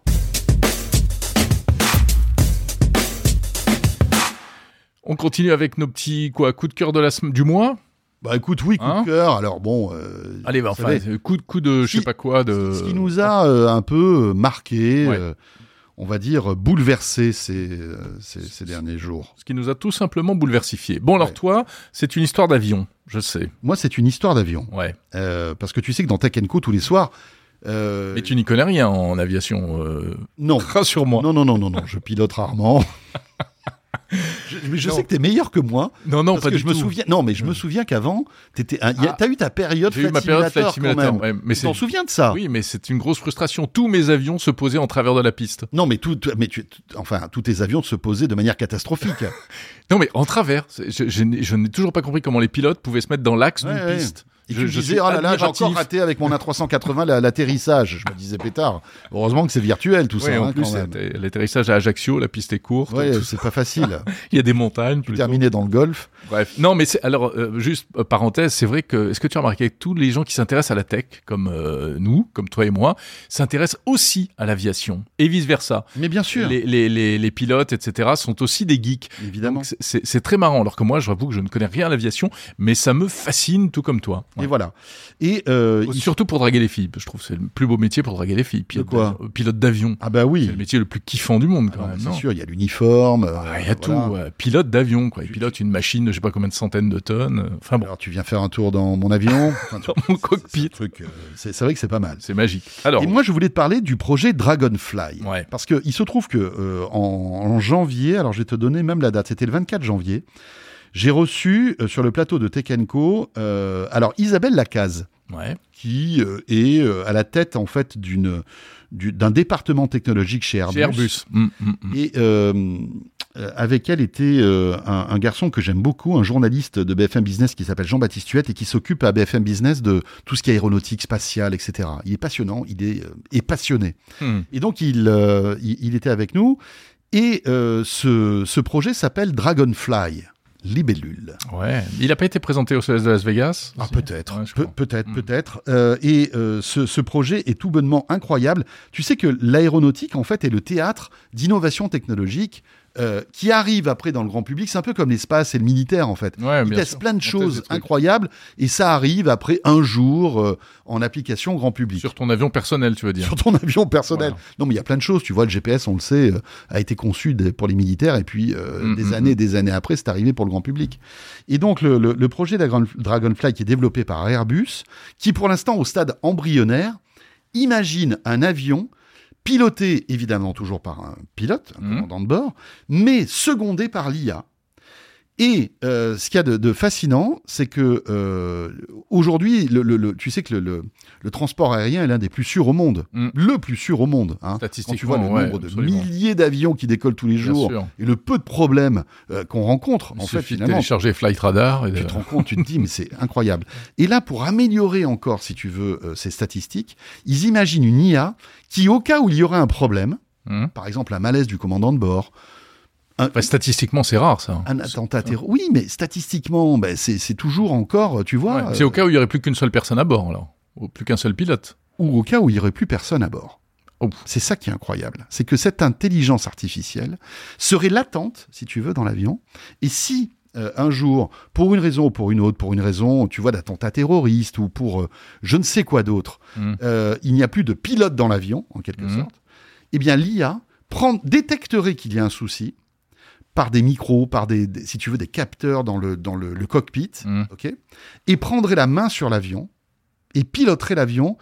Speaker 4: On continue avec nos petits quoi coup de cœur de la sem- du mois.
Speaker 5: Bah écoute, oui, coup
Speaker 4: Hein
Speaker 5: de cœur. Alors bon, euh,
Speaker 4: Allez, bah,
Speaker 5: vous
Speaker 4: enfin,
Speaker 5: savez,
Speaker 4: euh, coup de coup de je sais
Speaker 5: Si-
Speaker 4: pas quoi de. Ah.
Speaker 5: ce qui nous a euh, un peu euh, marqué,
Speaker 4: Ouais.
Speaker 5: euh, on va dire euh, bouleversé ces, euh, ces, ces derniers jours.
Speaker 4: ce qui nous a tout simplement bouleversifié. Bon alors
Speaker 5: Ouais.
Speaker 4: toi, c'est une histoire d'avion, je sais.
Speaker 5: Moi, c'est une histoire d'avion,
Speaker 4: Ouais.
Speaker 5: Euh, parce que tu sais que dans Tech Co tous les soirs, euh,
Speaker 4: Mais tu n'y connais rien
Speaker 5: [laughs]
Speaker 4: en aviation. Euh...
Speaker 5: non,
Speaker 4: [laughs] Rassure-moi. [laughs]
Speaker 5: non, non, non, non, non, je pilote rarement. Je, mais je
Speaker 4: Non.
Speaker 5: sais que t'es meilleur que moi.
Speaker 4: Non, non,
Speaker 5: parce
Speaker 4: pas
Speaker 5: que
Speaker 4: du
Speaker 5: je
Speaker 4: tout.
Speaker 5: me souviens. Non, mais je me souviens qu'avant, t'étais. un- y a-
Speaker 4: Ah.
Speaker 5: T'as eu ta période
Speaker 4: J'ai eu
Speaker 5: Flight
Speaker 4: ma période Flight
Speaker 5: Simulator,
Speaker 4: Simulator.
Speaker 5: quand même.
Speaker 4: ouais, mais
Speaker 5: tu
Speaker 4: c'est
Speaker 5: t'en souviens de ça
Speaker 4: Oui, mais c'est une grosse frustration. Tous mes avions se posaient en travers de la piste.
Speaker 5: Non, mais tout, tout- mais tu, tout- enfin, tous tes avions se posaient de manière catastrophique.
Speaker 4: Non, mais en travers. C'est- Je, je n'ai- je n'ai toujours pas compris comment les pilotes pouvaient se mettre dans l'axe
Speaker 5: Ouais,
Speaker 4: d'une
Speaker 5: ouais.
Speaker 4: piste.
Speaker 5: Et
Speaker 4: je,
Speaker 5: tu me
Speaker 4: je
Speaker 5: disais,
Speaker 4: suis
Speaker 5: oh là là, j'ai
Speaker 4: admiratif.
Speaker 5: encore raté avec mon A380 la- l'atterrissage. Je me disais, pétard. Heureusement que c'est virtuel tout
Speaker 4: Ouais,
Speaker 5: ça.
Speaker 4: en
Speaker 5: hein,
Speaker 4: plus,
Speaker 5: quand même.
Speaker 4: c'était l'atterrissage à Ajaccio, la piste est courte.
Speaker 5: Ouais,
Speaker 4: tout-
Speaker 5: c'est pas facile.
Speaker 4: Il y a des montagnes. [laughs] plutôt.
Speaker 5: Terminé dans le golf.
Speaker 4: Bref. Non, mais c'est alors euh, juste euh, parenthèse, c'est vrai que est-ce que tu as remarqué que tous les gens qui s'intéressent à la tech, comme euh, nous, comme toi et moi, s'intéressent aussi à l'aviation et vice versa.
Speaker 5: Mais bien sûr,
Speaker 4: Les, les, les, les pilotes, etc., sont aussi des geeks.
Speaker 5: évidemment.
Speaker 4: Donc, c'est- C'est c'est très marrant. Alors que moi, je avoue que je ne connais rien à l'aviation, mais ça me fascine tout comme toi.
Speaker 5: Et voilà. Et euh,
Speaker 4: Ouais.
Speaker 5: il-
Speaker 4: Surtout pour draguer les filles. Je trouve que c'est le plus beau métier pour draguer les filles. Pilote
Speaker 5: quoi
Speaker 4: d'avion- euh, Pilote d'avion.
Speaker 5: ah bah
Speaker 4: C'est
Speaker 5: oui,
Speaker 4: le métier le plus kiffant du monde, quand
Speaker 5: Ah,
Speaker 4: même.
Speaker 5: c'est
Speaker 4: non
Speaker 5: sûr, il y a l'uniforme. euh,
Speaker 4: Ah, Il y a
Speaker 5: voilà.
Speaker 4: tout. ouais. Pilote d'avion, quoi. Il pilote une machine de je sais pas combien de centaines de tonnes. Enfin bon,
Speaker 5: Alors tu viens faire un tour dans
Speaker 4: [laughs]
Speaker 5: mon avion, Enfin, tu-
Speaker 4: mon
Speaker 5: c'est- c'est-
Speaker 4: cockpit.
Speaker 5: c'est un truc, euh, C'est c'est vrai que c'est pas mal.
Speaker 4: c'est magique. Alors,
Speaker 5: Et moi, je voulais te parler du projet Dragonfly.
Speaker 4: Ouais.
Speaker 5: Parce que il se trouve que euh, en, en janvier, alors je vais te donner même la date, c'était le 24 janvier, j'ai reçu euh, sur le plateau de Tekenco, euh, alors Isabelle Lacaze,
Speaker 4: ouais.
Speaker 5: qui euh, est euh, à la tête en fait d'une du- d'un département technologique chez Airbus.
Speaker 4: Chez Airbus. Mm, mm, mm.
Speaker 5: Et euh, euh, avec elle était euh, un, un garçon que j'aime beaucoup, un journaliste de BFM Business qui s'appelle Jean-Baptiste Huette et qui s'occupe à BFM Business de tout ce qui est aéronautique, spatiale, etc. Il est passionnant, il est, euh, est passionné.
Speaker 4: Hmm.
Speaker 5: Et donc il, euh, il, il était avec nous. Et euh, ce, ce projet s'appelle Dragonfly, libellule.
Speaker 4: Ouais. Il n'a pas été présenté au CES de Las Vegas
Speaker 5: Ah,
Speaker 4: aussi
Speaker 5: peut-être,
Speaker 4: Ouais, je
Speaker 5: Pe-
Speaker 4: crois.
Speaker 5: peut-être,
Speaker 4: Mm.
Speaker 5: peut-être. Euh, et euh, ce, ce projet est tout bonnement incroyable. Tu sais que l'aéronautique, en fait, est le théâtre d'innovations technologiques euh, qui arrivent après dans le grand public. C'est un peu comme l'espace et le militaire, en fait.
Speaker 4: Ouais,
Speaker 5: Ils
Speaker 4: bien
Speaker 5: testent
Speaker 4: sûr.
Speaker 5: plein
Speaker 4: On
Speaker 5: de
Speaker 4: teste
Speaker 5: choses
Speaker 4: des trucs.
Speaker 5: incroyables et ça arrive après un jour euh, en application grand public.
Speaker 4: Sur ton avion personnel, tu veux dire.
Speaker 5: Sur ton [laughs] avion personnel.
Speaker 4: Voilà.
Speaker 5: Non, mais il y a plein de choses. Tu vois, le GPS, on le sait, euh, a été conçu des- pour les militaires et puis euh,
Speaker 4: Mm,
Speaker 5: des
Speaker 4: mm,
Speaker 5: années et des années après, c'est arrivé pour le grand public. Et donc, le, le- le projet Dragon- Dragonfly qui est développé par Airbus, qui pour l'instant au stade embryonnaire, imagine un avion piloté évidemment toujours par un pilote, un
Speaker 4: Mhm.
Speaker 5: commandant de bord, mais secondé par l'IA. Et euh, ce qu'il y a de, de fascinant, c'est que euh, aujourd'hui, le, le- le- tu sais que le, le- le transport aérien est l'un des plus sûrs au monde,
Speaker 4: Mhm.
Speaker 5: le plus sûr au monde. Hein. Quand tu
Speaker 4: Statistiquement,
Speaker 5: vois le
Speaker 4: ouais,
Speaker 5: nombre de
Speaker 4: absolument.
Speaker 5: milliers d'avions qui décollent tous les
Speaker 4: Bien
Speaker 5: jours
Speaker 4: sûr.
Speaker 5: et le peu de problèmes euh, qu'on rencontre,
Speaker 4: Il
Speaker 5: en fait,
Speaker 4: suffit de
Speaker 5: finalement,
Speaker 4: télécharger Flight Radar. Et de-
Speaker 5: tu te rends compte, tu te dis, mais c'est incroyable. Et là, pour améliorer encore, si tu veux, euh, ces statistiques, ils imaginent une IA qui, au cas où il y aurait un problème,
Speaker 4: Hmm.
Speaker 5: par exemple un malaise du commandant de bord,
Speaker 4: Enfin, statistiquement, c'est rare, ça.
Speaker 5: un attentat terroriste. Oui, mais statistiquement, ben, c'est c'est toujours encore, tu vois,
Speaker 4: Ouais. C'est
Speaker 5: euh,
Speaker 4: au cas où il n'y aurait plus qu'une seule personne à bord, alors. Ou plus qu'un seul pilote.
Speaker 5: euh, ou au cas où il n'y aurait plus personne à bord.
Speaker 4: Oh.
Speaker 5: C'est ça qui est incroyable. C'est que cette intelligence artificielle serait latente, si tu veux, dans l'avion. Et si euh, un jour, pour une raison ou pour une autre, pour une raison, tu vois, d'attentat terroriste ou pour euh, je ne sais quoi d'autre,
Speaker 4: Mm.
Speaker 5: euh, il n'y a plus de pilote dans l'avion, en quelque
Speaker 4: Mm.
Speaker 5: sorte, eh bien l'IA prend- détecterait qu'il y a un souci par des micros, par des, des- si tu veux, des capteurs dans le, dans le, le cockpit,
Speaker 4: Mm.
Speaker 5: ok, et prendrait la main sur l'avion et piloterait l'avion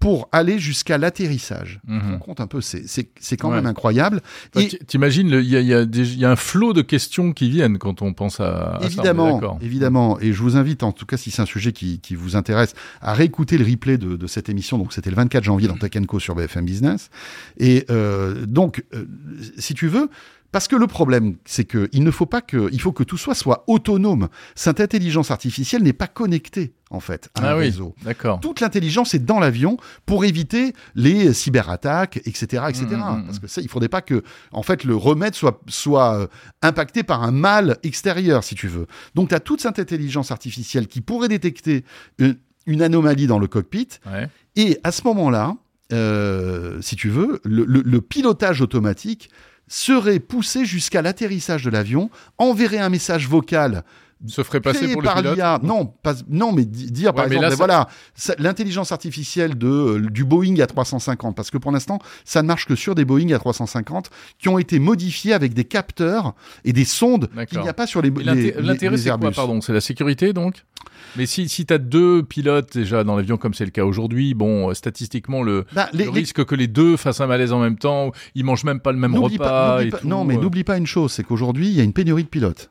Speaker 5: pour aller jusqu'à l'atterrissage. Tu te
Speaker 4: Mhm.
Speaker 5: rends compte un peu, c'est- c'est c'est quand
Speaker 4: Ouais.
Speaker 5: même incroyable.
Speaker 4: Enfin,
Speaker 5: Et-
Speaker 4: t- T'imagines, le- il y a, il y a des- il y a un flot de questions qui viennent quand on pense à, à Ah, ça, on est
Speaker 5: évidemment,
Speaker 4: d'accord.
Speaker 5: évidemment. Et je vous invite, en tout cas, si c'est un sujet qui, qui vous intéresse, à réécouter le replay de, de cette émission. Donc, c'était le 24 janvier dans Tech Co sur BFM Business. Et euh, donc, euh, si tu veux, parce que le problème, c'est que il ne faut pas que, il faut que tout soit soit autonome. Cette intelligence artificielle n'est pas connectée en fait à un
Speaker 4: Ah oui,
Speaker 5: réseau.
Speaker 4: d'accord.
Speaker 5: Toute l'intelligence est dans l'avion pour éviter les cyberattaques, etc., etc.
Speaker 4: Mm, mm, mm.
Speaker 5: Parce que ça, il faudrait pas que, en fait, le remède soit, soit euh, impacté par un mal extérieur, si tu veux. Donc, tu as toute cette intelligence artificielle qui pourrait détecter une, une anomalie dans le cockpit.
Speaker 4: Ouais.
Speaker 5: Et à ce moment-là, euh, si tu veux, le, le- le pilotage automatique serait poussé jusqu'à l'atterrissage de l'avion, enverrait un message vocal
Speaker 4: se ferait passer
Speaker 5: créé
Speaker 4: pour le
Speaker 5: par
Speaker 4: pilote.
Speaker 5: l'IA. Non, pas- non, mais di- dire par
Speaker 4: Ouais, mais
Speaker 5: exemple,
Speaker 4: là,
Speaker 5: ben
Speaker 4: ça-
Speaker 5: voilà, ça- l'intelligence artificielle de euh, du Boeing à 350, parce que pour l'instant, ça ne marche que sur des Boeing à 350 qui ont été modifiés avec des capteurs et des sondes qu'il
Speaker 4: D'accord.
Speaker 5: n'y a pas sur les,
Speaker 4: Et
Speaker 5: Bah, les,
Speaker 4: l'inté-
Speaker 5: les-
Speaker 4: L'intérêt,
Speaker 5: les
Speaker 4: c'est quoi,
Speaker 5: Airbus.
Speaker 4: pardon C'est la sécurité, donc Mais si, si tu as deux pilotes déjà dans l'avion, comme c'est le cas aujourd'hui, bon, euh, statistiquement, le,
Speaker 5: Bah, les-
Speaker 4: le
Speaker 5: les-
Speaker 4: risque que les deux fassent un malaise en même temps, ils mangent même pas le même
Speaker 5: N'oublie
Speaker 4: repas.
Speaker 5: pas- n'oublie
Speaker 4: et
Speaker 5: pas-
Speaker 4: tout,
Speaker 5: non, mais
Speaker 4: euh,
Speaker 5: n'oublie pas une chose, c'est qu'aujourd'hui, il y a une pénurie de pilotes.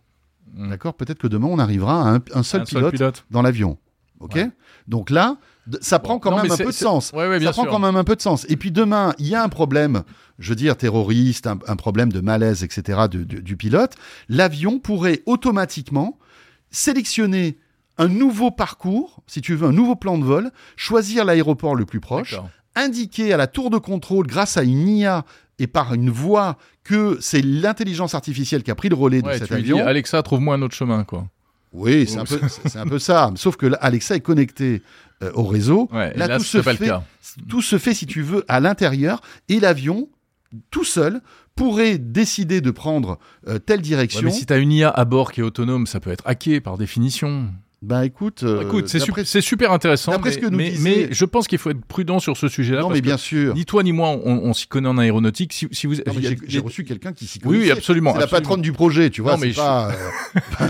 Speaker 4: Mm.
Speaker 5: D'accord Peut-être que demain, on arrivera à un, un seul
Speaker 4: un
Speaker 5: pilote dans l'avion. OK
Speaker 4: Ouais.
Speaker 5: Donc là, d- ça
Speaker 4: Bon.
Speaker 5: prend quand
Speaker 4: Non,
Speaker 5: même
Speaker 4: mais
Speaker 5: un
Speaker 4: c'est-
Speaker 5: peu de
Speaker 4: c'est-
Speaker 5: sens.
Speaker 4: Ouais, ouais, bien
Speaker 5: ça prend
Speaker 4: sûr.
Speaker 5: quand même un peu de sens. Et puis demain, il y a un problème, je veux dire, terroriste, un, un problème de malaise, etc., du, du- du pilote. L'avion pourrait automatiquement sélectionner un nouveau parcours, si tu veux, un nouveau plan de vol, choisir l'aéroport le plus proche,
Speaker 4: D'accord.
Speaker 5: indiquer à la tour de contrôle, grâce à une IA et par une voix, que c'est l'intelligence artificielle qui a pris le relais
Speaker 4: Ouais,
Speaker 5: de cet
Speaker 4: tu lui
Speaker 5: avion.
Speaker 4: dis, Alexa, trouve-moi un autre chemin, quoi.
Speaker 5: Oui, c'est un, peu, c'est- c'est un peu ça. Sauf que là, Alexa est connectée euh, au réseau.
Speaker 4: Ouais, et
Speaker 5: là,
Speaker 4: là,
Speaker 5: tout,
Speaker 4: ce
Speaker 5: se
Speaker 4: serait pas le
Speaker 5: fait,
Speaker 4: cas.
Speaker 5: tout se fait, si tu veux, à l'intérieur. Et l'avion, tout seul, pourrait décider de prendre euh, telle
Speaker 4: Ouais,
Speaker 5: direction.
Speaker 4: mais si t'as une IA à bord qui est autonome, ça peut être hacké par définition.
Speaker 5: Ben écoute, euh,
Speaker 4: Écoute, c'est,
Speaker 5: d'après-
Speaker 4: sup- c'est super intéressant.
Speaker 5: d'après
Speaker 4: mais,
Speaker 5: ce que nous
Speaker 4: mais-
Speaker 5: disait-
Speaker 4: mais je pense qu'il faut être prudent sur ce sujet-là.
Speaker 5: Non,
Speaker 4: parce
Speaker 5: mais
Speaker 4: que
Speaker 5: bien sûr.
Speaker 4: Ni toi ni moi, on, on s'y connaît en aéronautique. Si, si vous,
Speaker 5: Non, mais
Speaker 4: il y a-
Speaker 5: J'ai
Speaker 4: il y
Speaker 5: j'ai
Speaker 4: a-
Speaker 5: reçu quelqu'un qui s'y
Speaker 4: Oui, oui,
Speaker 5: connaissait.
Speaker 4: absolument,
Speaker 5: C'est la
Speaker 4: absolument.
Speaker 5: patronne du projet, tu vois.
Speaker 4: Non, mais
Speaker 5: c'est
Speaker 4: je-
Speaker 5: pas,
Speaker 4: [laughs]
Speaker 5: euh,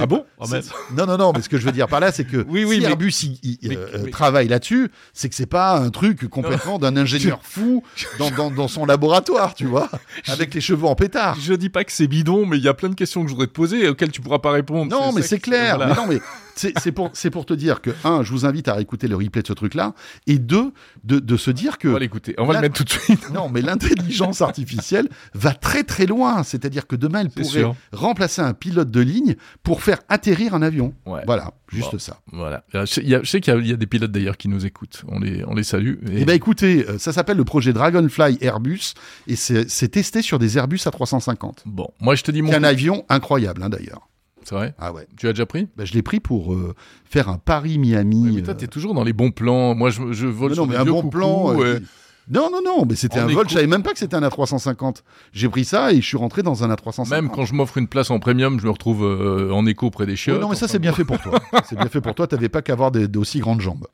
Speaker 4: Ah bon
Speaker 5: c'est- Non, non, non, mais ce que je veux dire par là, c'est que
Speaker 4: Oui, oui,
Speaker 5: si
Speaker 4: mais-
Speaker 5: Airbus il- il,
Speaker 4: mais-
Speaker 5: euh,
Speaker 4: mais-
Speaker 5: travaille là-dessus, c'est que c'est pas un truc complètement
Speaker 4: [laughs]
Speaker 5: d'un ingénieur fou dans, dans, dans son laboratoire, tu vois, avec les cheveux en pétard.
Speaker 4: Je dis pas que c'est bidon, mais il y a plein de questions que je voudrais te poser et auxquelles tu pourras pas [laughs] répondre.
Speaker 5: Non, mais
Speaker 4: ça
Speaker 5: c'est
Speaker 4: qui-
Speaker 5: clair.
Speaker 4: voilà.
Speaker 5: Mais non, mais c'est c'est pour, c'est pour te dire que, un, je vous invite à réécouter le replay de ce truc-là, et deux, de, de se dire
Speaker 4: On va
Speaker 5: que.
Speaker 4: l'écouter. On va
Speaker 5: Là-
Speaker 4: le mettre tout de suite.
Speaker 5: [laughs] Non, mais l'intelligence artificielle va très très loin. C'est-à-dire que demain, elle
Speaker 4: C'est
Speaker 5: pourrait
Speaker 4: sûr.
Speaker 5: remplacer un pilote de ligne pour faire atterrir un avion.
Speaker 4: Ouais.
Speaker 5: Voilà, juste
Speaker 4: Bon.
Speaker 5: ça.
Speaker 4: Voilà. Euh, Je sais, il y a- je sais qu'il y a- il y a des pilotes d'ailleurs qui nous écoutent. On les, on les salue.
Speaker 5: Eh ben écoutez, euh, ça s'appelle le projet Dragonfly Airbus et c'est c'est testé sur des Airbus A350.
Speaker 4: Bon, moi je te dis
Speaker 5: C'est
Speaker 4: mon.
Speaker 5: un avion incroyable hein, d'ailleurs.
Speaker 4: C'est vrai.
Speaker 5: Ah ouais.
Speaker 4: Tu as déjà pris
Speaker 5: Ben, je l'ai pris pour euh, faire un
Speaker 4: Oui,
Speaker 5: Paris-Miami.
Speaker 4: mais toi,
Speaker 5: euh,
Speaker 4: t'es toujours dans les bons plans. Moi, je, je vole
Speaker 5: non,
Speaker 4: sur
Speaker 5: non, mais
Speaker 4: des
Speaker 5: un
Speaker 4: vieux
Speaker 5: bon
Speaker 4: coucous,
Speaker 5: plan. euh,
Speaker 4: ouais.
Speaker 5: qui- Non, non, non, mais c'était
Speaker 4: On
Speaker 5: un
Speaker 4: est
Speaker 5: vol.
Speaker 4: cou-
Speaker 5: Je savais même pas que c'était un A350. J'ai pris ça et je suis rentré dans un A350. Oh,
Speaker 4: Même quand je m'offre une place en premium, je me retrouve euh, en écho près des
Speaker 5: Ouais,
Speaker 4: chiottes.
Speaker 5: non, mais ça,
Speaker 4: Enfin,
Speaker 5: c'est bien fait pour
Speaker 4: [laughs]
Speaker 5: toi. c'est bien fait pour toi. T'avais pas qu'à avoir des- d'aussi grandes jambes.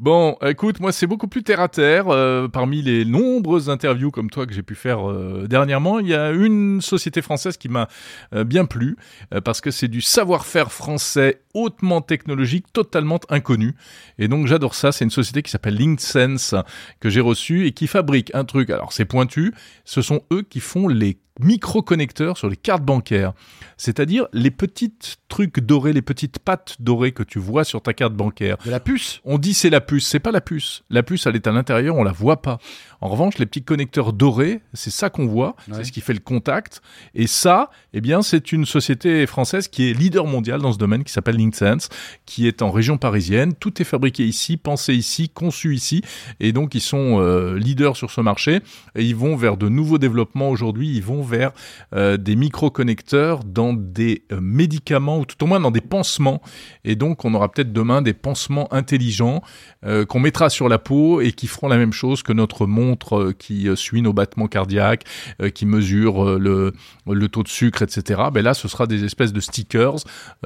Speaker 4: Bon, écoute, moi c'est beaucoup plus terre à terre. Euh, parmi les nombreuses interviews comme toi que j'ai pu faire euh, dernièrement, il y a une société française qui m'a euh, bien plu euh, parce que c'est du savoir-faire français hautement technologique, totalement inconnu. Et donc j'adore ça. C'est une société qui s'appelle LinkSense que j'ai reçue et qui fabrique un truc. Alors c'est pointu. Ce sont eux qui font les micro-connecteurs sur les cartes bancaires. C'est-à-dire les petites trucs dorés, les petites pattes dorées que tu vois sur ta carte bancaire.
Speaker 5: De la puce.
Speaker 4: On dit c'est la puce, c'est pas la puce. La puce, elle est à l'intérieur, on la voit pas. En revanche, les petits connecteurs dorés, c'est ça qu'on voit,
Speaker 5: Ouais.
Speaker 4: c'est ce qui fait le contact. Et ça, eh bien, c'est une société française qui est leader mondial dans ce domaine, qui s'appelle LinkSense, qui est en région parisienne. Tout est fabriqué ici, pensé ici, conçu ici, et donc ils sont euh, leaders sur ce marché. Et ils vont vers de nouveaux développements aujourd'hui. Ils vont vers euh, des micro-connecteurs dans des euh, médicaments ou tout au moins dans des pansements. Et donc, on aura peut-être demain des pansements intelligents euh, qu'on mettra sur la peau et qui feront la même chose que notre montre euh, qui euh, suit nos battements cardiaques, euh, qui mesure euh, le, le taux de sucre, etc. Ben là, ce sera des espèces de stickers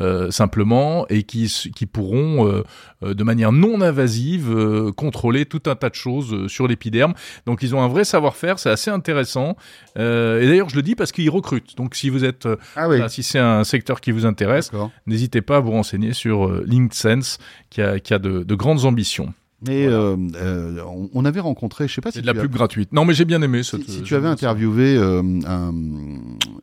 Speaker 4: euh, simplement et qui, s- qui pourront, euh, euh, de manière non invasive, euh, contrôler tout un tas de choses euh, sur l'épiderme. Donc, ils ont un vrai savoir-faire, c'est assez intéressant. Euh, et d'ailleurs, je le dis parce qu'ils recrutent. Donc, si vous êtes, euh,
Speaker 5: Ah oui.
Speaker 4: voilà, si c'est un secteur qui vous intéresse,
Speaker 5: D'accord.
Speaker 4: N'hésitez pas à vous renseigner sur euh, LinkedSense qui a, qui a de, de grandes ambitions.
Speaker 5: Mais
Speaker 4: Voilà.
Speaker 5: euh, euh, on, on avait rencontré, je sais pas
Speaker 4: C'est
Speaker 5: si
Speaker 4: de la
Speaker 5: tu as-
Speaker 4: pub gratuite. Non, mais j'ai bien aimé.
Speaker 5: Si,
Speaker 4: cette- euh,
Speaker 5: si tu avais interviewé euh, un-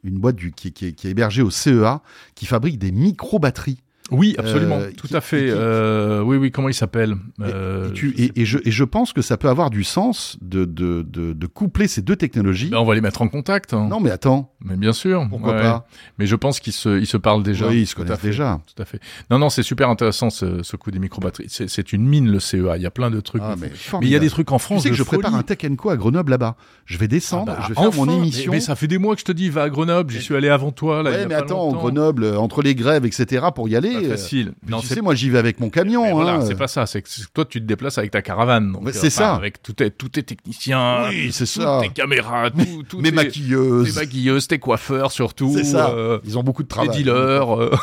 Speaker 5: une boîte du, qui, qui est- qui est hébergée au CEA, qui fabrique des micro-batteries,
Speaker 4: Oui, absolument.
Speaker 5: Euh,
Speaker 4: tout
Speaker 5: qui-
Speaker 4: à fait.
Speaker 5: qui-
Speaker 4: Euh, oui, oui. Comment il s'appelle
Speaker 5: et,
Speaker 4: Euh,
Speaker 5: tu- et- et je, et je pense que ça peut avoir du sens de, de, de- de coupler ces deux technologies.
Speaker 4: ben, on va les mettre en contact. hein.
Speaker 5: Non, mais attends,
Speaker 4: Mais bien sûr.
Speaker 5: pourquoi
Speaker 4: ouais.
Speaker 5: pas
Speaker 4: Mais je pense qu'ils se, ils se parlent déjà.
Speaker 5: Oui, ils se
Speaker 4: Tout à
Speaker 5: connaissent
Speaker 4: fait.
Speaker 5: déjà.
Speaker 4: Tout à fait. Non, non, c'est super intéressant ce, ce coup des microbatteries. C'est- C'est une mine le CEA. Il y a plein de trucs.
Speaker 5: Ah,
Speaker 4: de
Speaker 5: mais,
Speaker 4: fou. Mais il
Speaker 5: formidable.
Speaker 4: y a des trucs en France.
Speaker 5: Tu sais que
Speaker 4: de
Speaker 5: je prépare
Speaker 4: folie.
Speaker 5: un Tech Co à Grenoble là-bas. Je vais descendre,
Speaker 4: Ah bah,
Speaker 5: je vais faire
Speaker 4: enfin,
Speaker 5: mon émission.
Speaker 4: Mais, mais ça fait des mois que je te dis, va à Grenoble. J'y suis allé avant toi. Là,
Speaker 5: Ouais,
Speaker 4: il y a
Speaker 5: mais
Speaker 4: pas
Speaker 5: attends,
Speaker 4: longtemps.
Speaker 5: Grenoble, euh, entre les grèves, etc., pour y
Speaker 4: Pas
Speaker 5: aller. euh,
Speaker 4: facile.
Speaker 5: puis
Speaker 4: Non,
Speaker 5: tu
Speaker 4: c'est
Speaker 5: sais, moi, j'y vais avec mon camion.
Speaker 4: Mais voilà,
Speaker 5: hein.
Speaker 4: c'est pas ça. C'est que c'est- toi, tu te déplaces avec ta caravane. donc,
Speaker 5: Mais
Speaker 4: euh,
Speaker 5: c'est ça.
Speaker 4: Avec tout tes, tout tes techniciens,
Speaker 5: Oui, c'est
Speaker 4: toutes
Speaker 5: ça.
Speaker 4: tes caméras, tout, tout
Speaker 5: Mes
Speaker 4: tes, tes
Speaker 5: maquilleuses.
Speaker 4: maquilleuses, tes les coiffeurs surtout.
Speaker 5: C'est ça.
Speaker 4: euh,
Speaker 5: Ils ont beaucoup de
Speaker 4: les
Speaker 5: travail.
Speaker 4: dealers. euh,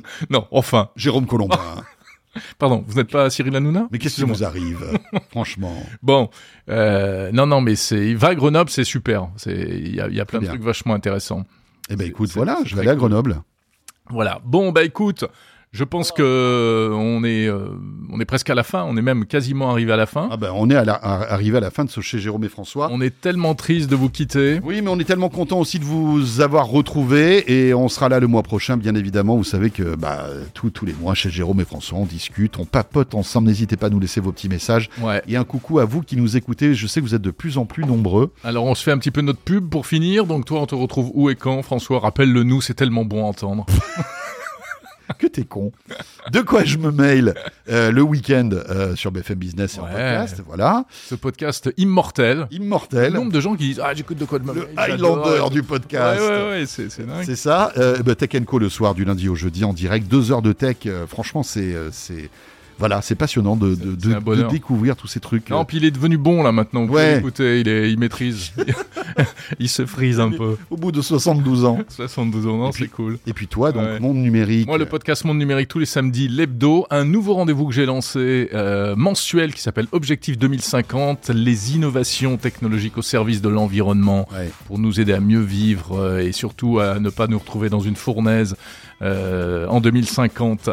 Speaker 4: [laughs] non, enfin.
Speaker 5: Jérôme Colombin.
Speaker 4: [laughs] Pardon, vous n'êtes pas Cyril Hanouna
Speaker 5: Mais qu'est-ce qui
Speaker 4: Excusez-moi.
Speaker 5: nous arrive Franchement.
Speaker 4: Bon, euh, non, non, mais c'est va à Grenoble, c'est super. C'est il y a, il y a plein de
Speaker 5: Bien.
Speaker 4: trucs vachement intéressants.
Speaker 5: Eh ben
Speaker 4: C'est-
Speaker 5: écoute,
Speaker 4: c'est-
Speaker 5: voilà,
Speaker 4: c'est
Speaker 5: je vais
Speaker 4: très Hein
Speaker 5: aller à Grenoble.
Speaker 4: Voilà. Bon, bah écoute, je pense que on est euh, on est presque à la fin. On est même quasiment arrivé à la fin.
Speaker 5: Ah ben, on est à la- à- arrivé à la fin de ce chez Jérôme et François.
Speaker 4: On est tellement triste de vous quitter.
Speaker 5: Oui, mais on est tellement content aussi de vous avoir retrouvés et on sera là le mois prochain, bien évidemment. Vous savez que bah, tous- tous les mois, chez Jérôme et François, on discute, on papote ensemble. N'hésitez pas à nous laisser vos petits messages.
Speaker 4: Ouais.
Speaker 5: Et un coucou à vous qui nous écoutez. Je sais que vous êtes de plus en plus nombreux.
Speaker 4: Alors on se fait un petit peu notre pub pour finir. Donc toi, on te retrouve où et quand François, rappelle-le nous. C'est tellement bon à entendre.
Speaker 5: Que t'es con. De quoi je me mail euh, le week-end euh, sur BFM Business et en
Speaker 4: Ouais.
Speaker 5: podcast. Voilà.
Speaker 4: Ce podcast immortel.
Speaker 5: Immortel.
Speaker 4: Le nombre de gens qui disent ah j'écoute de quoi de ma
Speaker 5: Le
Speaker 4: j'adore.
Speaker 5: Highlander du podcast.
Speaker 4: Ouais, ouais, ouais, c'est c'est dingue.
Speaker 5: C'est ça. Euh, bah, tech Co le soir, du lundi au jeudi, en direct. Deux heures de tech. Euh, franchement, c'est. euh, c'est voilà, c'est passionnant de, de,
Speaker 4: C'est
Speaker 5: de-
Speaker 4: un bonheur.
Speaker 5: de découvrir tous ces trucs. euh,
Speaker 4: Non, puis il est devenu bon là maintenant. Vous pouvez
Speaker 5: Ouais.
Speaker 4: l'écouter, il, est, il
Speaker 5: [laughs]
Speaker 4: maîtrise. il se frise un [laughs] peu.
Speaker 5: Au bout de 72 ans.
Speaker 4: 72 ans, non,
Speaker 5: Et puis-
Speaker 4: c'est cool.
Speaker 5: Et puis toi, donc,
Speaker 4: Ouais.
Speaker 5: monde numérique.
Speaker 4: Moi, le podcast Monde Numérique tous les samedis, l'hebdo, un nouveau rendez-vous que j'ai lancé euh, mensuel qui s'appelle Objectif 2050, les innovations technologiques au service de l'environnement
Speaker 5: Ouais.
Speaker 4: pour nous aider à mieux vivre euh, et surtout à ne pas nous retrouver dans une fournaise euh, en 2050.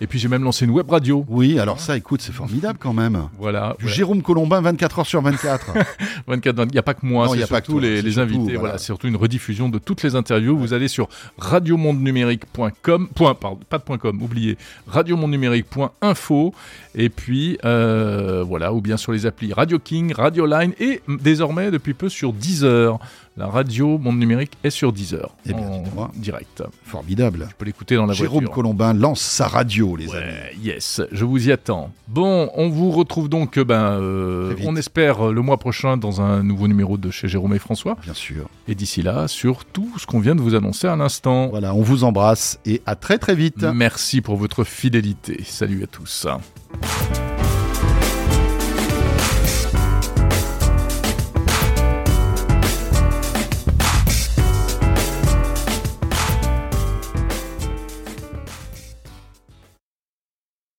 Speaker 4: Et puis j'ai même lancé une web radio.
Speaker 5: Oui, alors ça, écoute, c'est formidable quand même.
Speaker 4: Voilà,
Speaker 5: Du
Speaker 4: Ouais.
Speaker 5: Jérôme Colombin, 24 heures
Speaker 4: [laughs]
Speaker 5: sur 24.
Speaker 4: 24 il n'y a pas que moi,
Speaker 5: Non, il y
Speaker 4: c'est
Speaker 5: a pas que
Speaker 4: surtout
Speaker 5: toi,
Speaker 4: les,
Speaker 5: c'est
Speaker 4: les
Speaker 5: surtout,
Speaker 4: invités. Voilà,
Speaker 5: voilà.
Speaker 4: c'est surtout une rediffusion de toutes les interviews. Vous allez sur radiomondenumérique.com, point, pardon, pas de point .com, oubliez, radiomondenumérique.info, et puis euh, voilà, ou bien sur les applis Radio King, Radio Line, et m- désormais depuis peu sur Deezer. La radio Monde Numérique est sur Deezer,
Speaker 5: Eh bien,
Speaker 4: en
Speaker 5: dites-moi.
Speaker 4: direct. On
Speaker 5: formidable.
Speaker 4: peut l'écouter dans la
Speaker 5: Jérôme
Speaker 4: voiture.
Speaker 5: Colombin lance sa radio, les amis.
Speaker 4: Ouais, yes, je vous y attends. Bon, on vous retrouve donc, euh, ben, euh,
Speaker 5: Très vite.
Speaker 4: on espère euh, le mois prochain dans un nouveau numéro de chez Jérôme et François.
Speaker 5: Bien sûr.
Speaker 4: Et d'ici là, sur tout ce qu'on vient de vous annoncer à l'instant.
Speaker 5: Voilà, on
Speaker 4: Mmh.
Speaker 5: vous embrasse et à très très vite.
Speaker 4: Merci pour votre fidélité. Salut à tous.